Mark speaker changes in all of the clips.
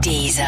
Speaker 1: Deezer.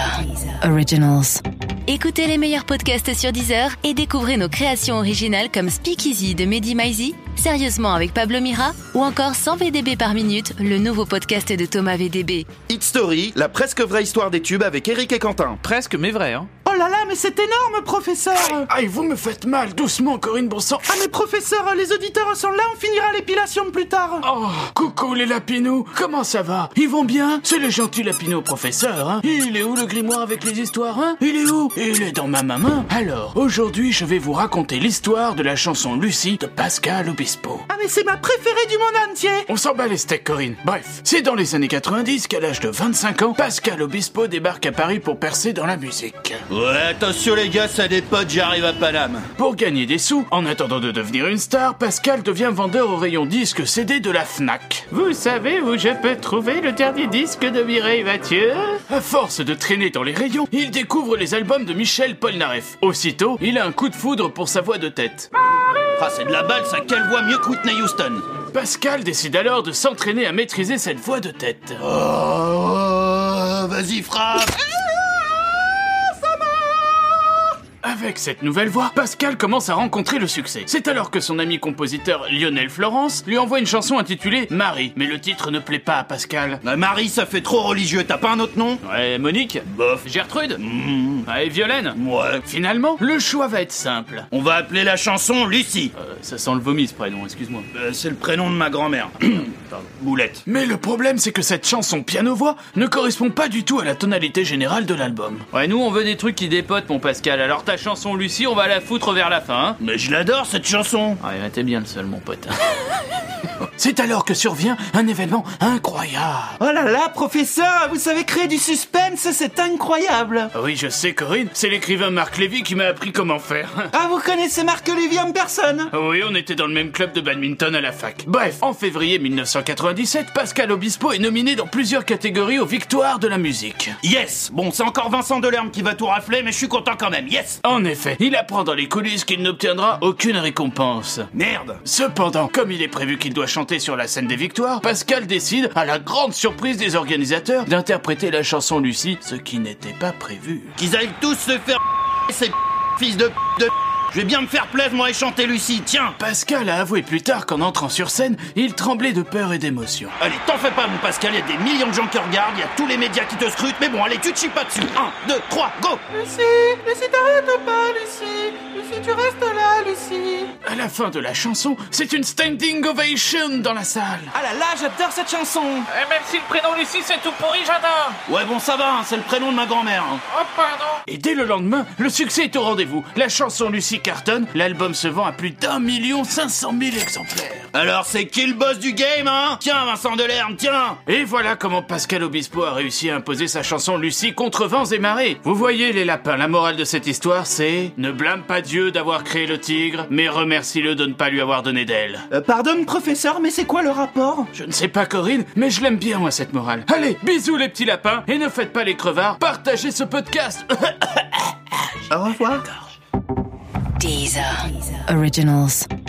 Speaker 1: Originals. Écoutez les meilleurs podcasts sur Deezer et découvrez nos créations originales comme Speakeasy de Mehdi Maizi, Sérieusement avec Pablo Mira ou encore 100 VDB par minute, le nouveau podcast de Thomas VDB.
Speaker 2: Hit Story, la presque vraie histoire des tubes avec Eric et Quentin.
Speaker 3: Presque, mais vrai, hein.
Speaker 4: Oh là là, mais c'est énorme, professeur
Speaker 5: Aïe, vous me faites mal, doucement Corinne, bon sang.
Speaker 4: Ah mais professeur, les auditeurs sont là, on finira l'épilation plus tard
Speaker 5: Oh, coucou les lapinous, comment ça va Ils vont bien C'est le gentil lapineau professeur, hein Il est où le grimoire avec les histoires, hein Il est où Il est dans ma maman. Alors, aujourd'hui, je vais vous raconter l'histoire de la chanson Lucie de Pascal Obispo.
Speaker 4: Ah mais c'est ma préférée du monde entier
Speaker 5: On s'en bat les steaks, Corinne. Bref, c'est dans les années 90 qu'à l'âge de 25 ans, Pascal Obispo débarque à Paris pour percer dans la musique.
Speaker 2: Ouais, attention les gars, ça dépote, j'arrive à Paname.
Speaker 5: Pour gagner des sous, en attendant de devenir une star, Pascal devient vendeur au rayon disque CD de la FNAC.
Speaker 6: Vous savez où je peux trouver le dernier disque de Mireille Mathieu
Speaker 5: À force de traîner dans les rayons, il découvre les albums de Michel Polnareff. Aussitôt, il a un coup de foudre pour sa voix de tête.
Speaker 2: Ah, c'est de la balle, ça, quelle voix mieux que Whitney Houston
Speaker 5: Pascal décide alors de s'entraîner à maîtriser cette voix de tête.
Speaker 2: Oh, vas-y, frappe
Speaker 5: Avec cette nouvelle voix, Pascal commence à rencontrer le succès. C'est alors que son ami compositeur Lionel Florence lui envoie une chanson intitulée Marie, mais le titre ne plaît pas à Pascal.
Speaker 2: Ah, Marie, ça fait trop religieux, t'as pas un autre nom
Speaker 3: Ouais, Monique
Speaker 2: Bof.
Speaker 3: Gertrude
Speaker 2: Mmh,
Speaker 3: Ouais, Violaine
Speaker 2: ouais.
Speaker 5: Finalement, le choix va être simple.
Speaker 2: On va appeler la chanson Lucie.
Speaker 3: Euh, Ça sent le vomi ce prénom, excuse-moi.
Speaker 2: Euh, c'est le prénom de ma grand-mère. Pardon. Boulette.
Speaker 5: Mais le problème, c'est que cette chanson piano-voix ne correspond pas du tout à la tonalité générale de l'album.
Speaker 3: Ouais, nous on veut des trucs qui dépotent, mon Pascal, alors ta chanson Lucie, on va la foutre vers la fin, hein.
Speaker 2: Mais je l'adore cette chanson.
Speaker 3: Ouais, bah, t'es bien le seul, mon pote.
Speaker 5: C'est alors que survient un événement incroyable.
Speaker 4: Oh là là, professeur, vous savez créer du suspense, c'est incroyable
Speaker 5: Ah oui, je sais, Corinne, c'est l'écrivain Marc Lévy qui m'a appris comment faire.
Speaker 4: Ah, vous connaissez Marc Lévy en personne
Speaker 5: Ah Oui, on était dans le même club de badminton à la fac. Bref, en février 1997, Pascal Obispo est nominé dans plusieurs catégories aux victoires de la musique.
Speaker 2: Yes Bon, c'est encore Vincent Delerme qui va tout rafler, mais je suis content quand même, yes
Speaker 5: En effet, il apprend dans les coulisses qu'il n'obtiendra aucune récompense.
Speaker 2: Merde
Speaker 5: Cependant, comme il est prévu qu'il doit chanter sur la scène des victoires, Pascal décide, à la grande surprise des organisateurs, d'interpréter la chanson Lucie, ce qui n'était pas prévu.
Speaker 2: Qu'ils aillent tous se faire ces fils de de Je vais bien me faire plaisir, moi, et chanter Lucie, tiens
Speaker 5: Pascal a avoué plus tard qu'en entrant sur scène, il tremblait de peur et d'émotion.
Speaker 2: Allez, t'en fais pas, mon Pascal, il y a des millions de gens qui regardent, il y a tous les médias qui te scrutent, mais bon, allez, tu te chies pas dessus 1, 2, 3, go
Speaker 4: Lucie, Lucie, t'arrêtes pas, Lucie Lucie, tu restes là, Lucie
Speaker 5: À la fin de la chanson, c'est une standing ovation dans la salle.
Speaker 4: Ah là là, j'adore cette chanson
Speaker 6: Même si le prénom Lucie c'est tout pourri, j'adore
Speaker 2: Ouais, bon, ça va, hein, c'est le prénom de ma grand-mère. hein.
Speaker 6: Oh pardon
Speaker 5: Et dès le lendemain, le succès est au rendez-vous. La chanson Lucie cartonne, l'album se vend à plus d'un million cinq cent mille exemplaires.
Speaker 2: Alors, c'est qui le boss du game, hein Tiens, Vincent Delerme, tiens
Speaker 5: Et voilà comment Pascal Obispo a réussi à imposer sa chanson Lucie contre vents et marées. Vous voyez les lapins, la morale de cette histoire c'est ne blâme pas Dieu d'avoir créé le tigre, mais remercie-le de ne pas lui avoir donné d'aile.
Speaker 4: Euh, Pardon, professeur, mais c'est quoi le rapport
Speaker 5: Je ne sais pas Corinne, mais je l'aime bien moi cette morale. Allez, bisous les petits lapins et ne faites pas les crevards, partagez ce podcast.
Speaker 4: Au revoir
Speaker 1: Deezer. Originals.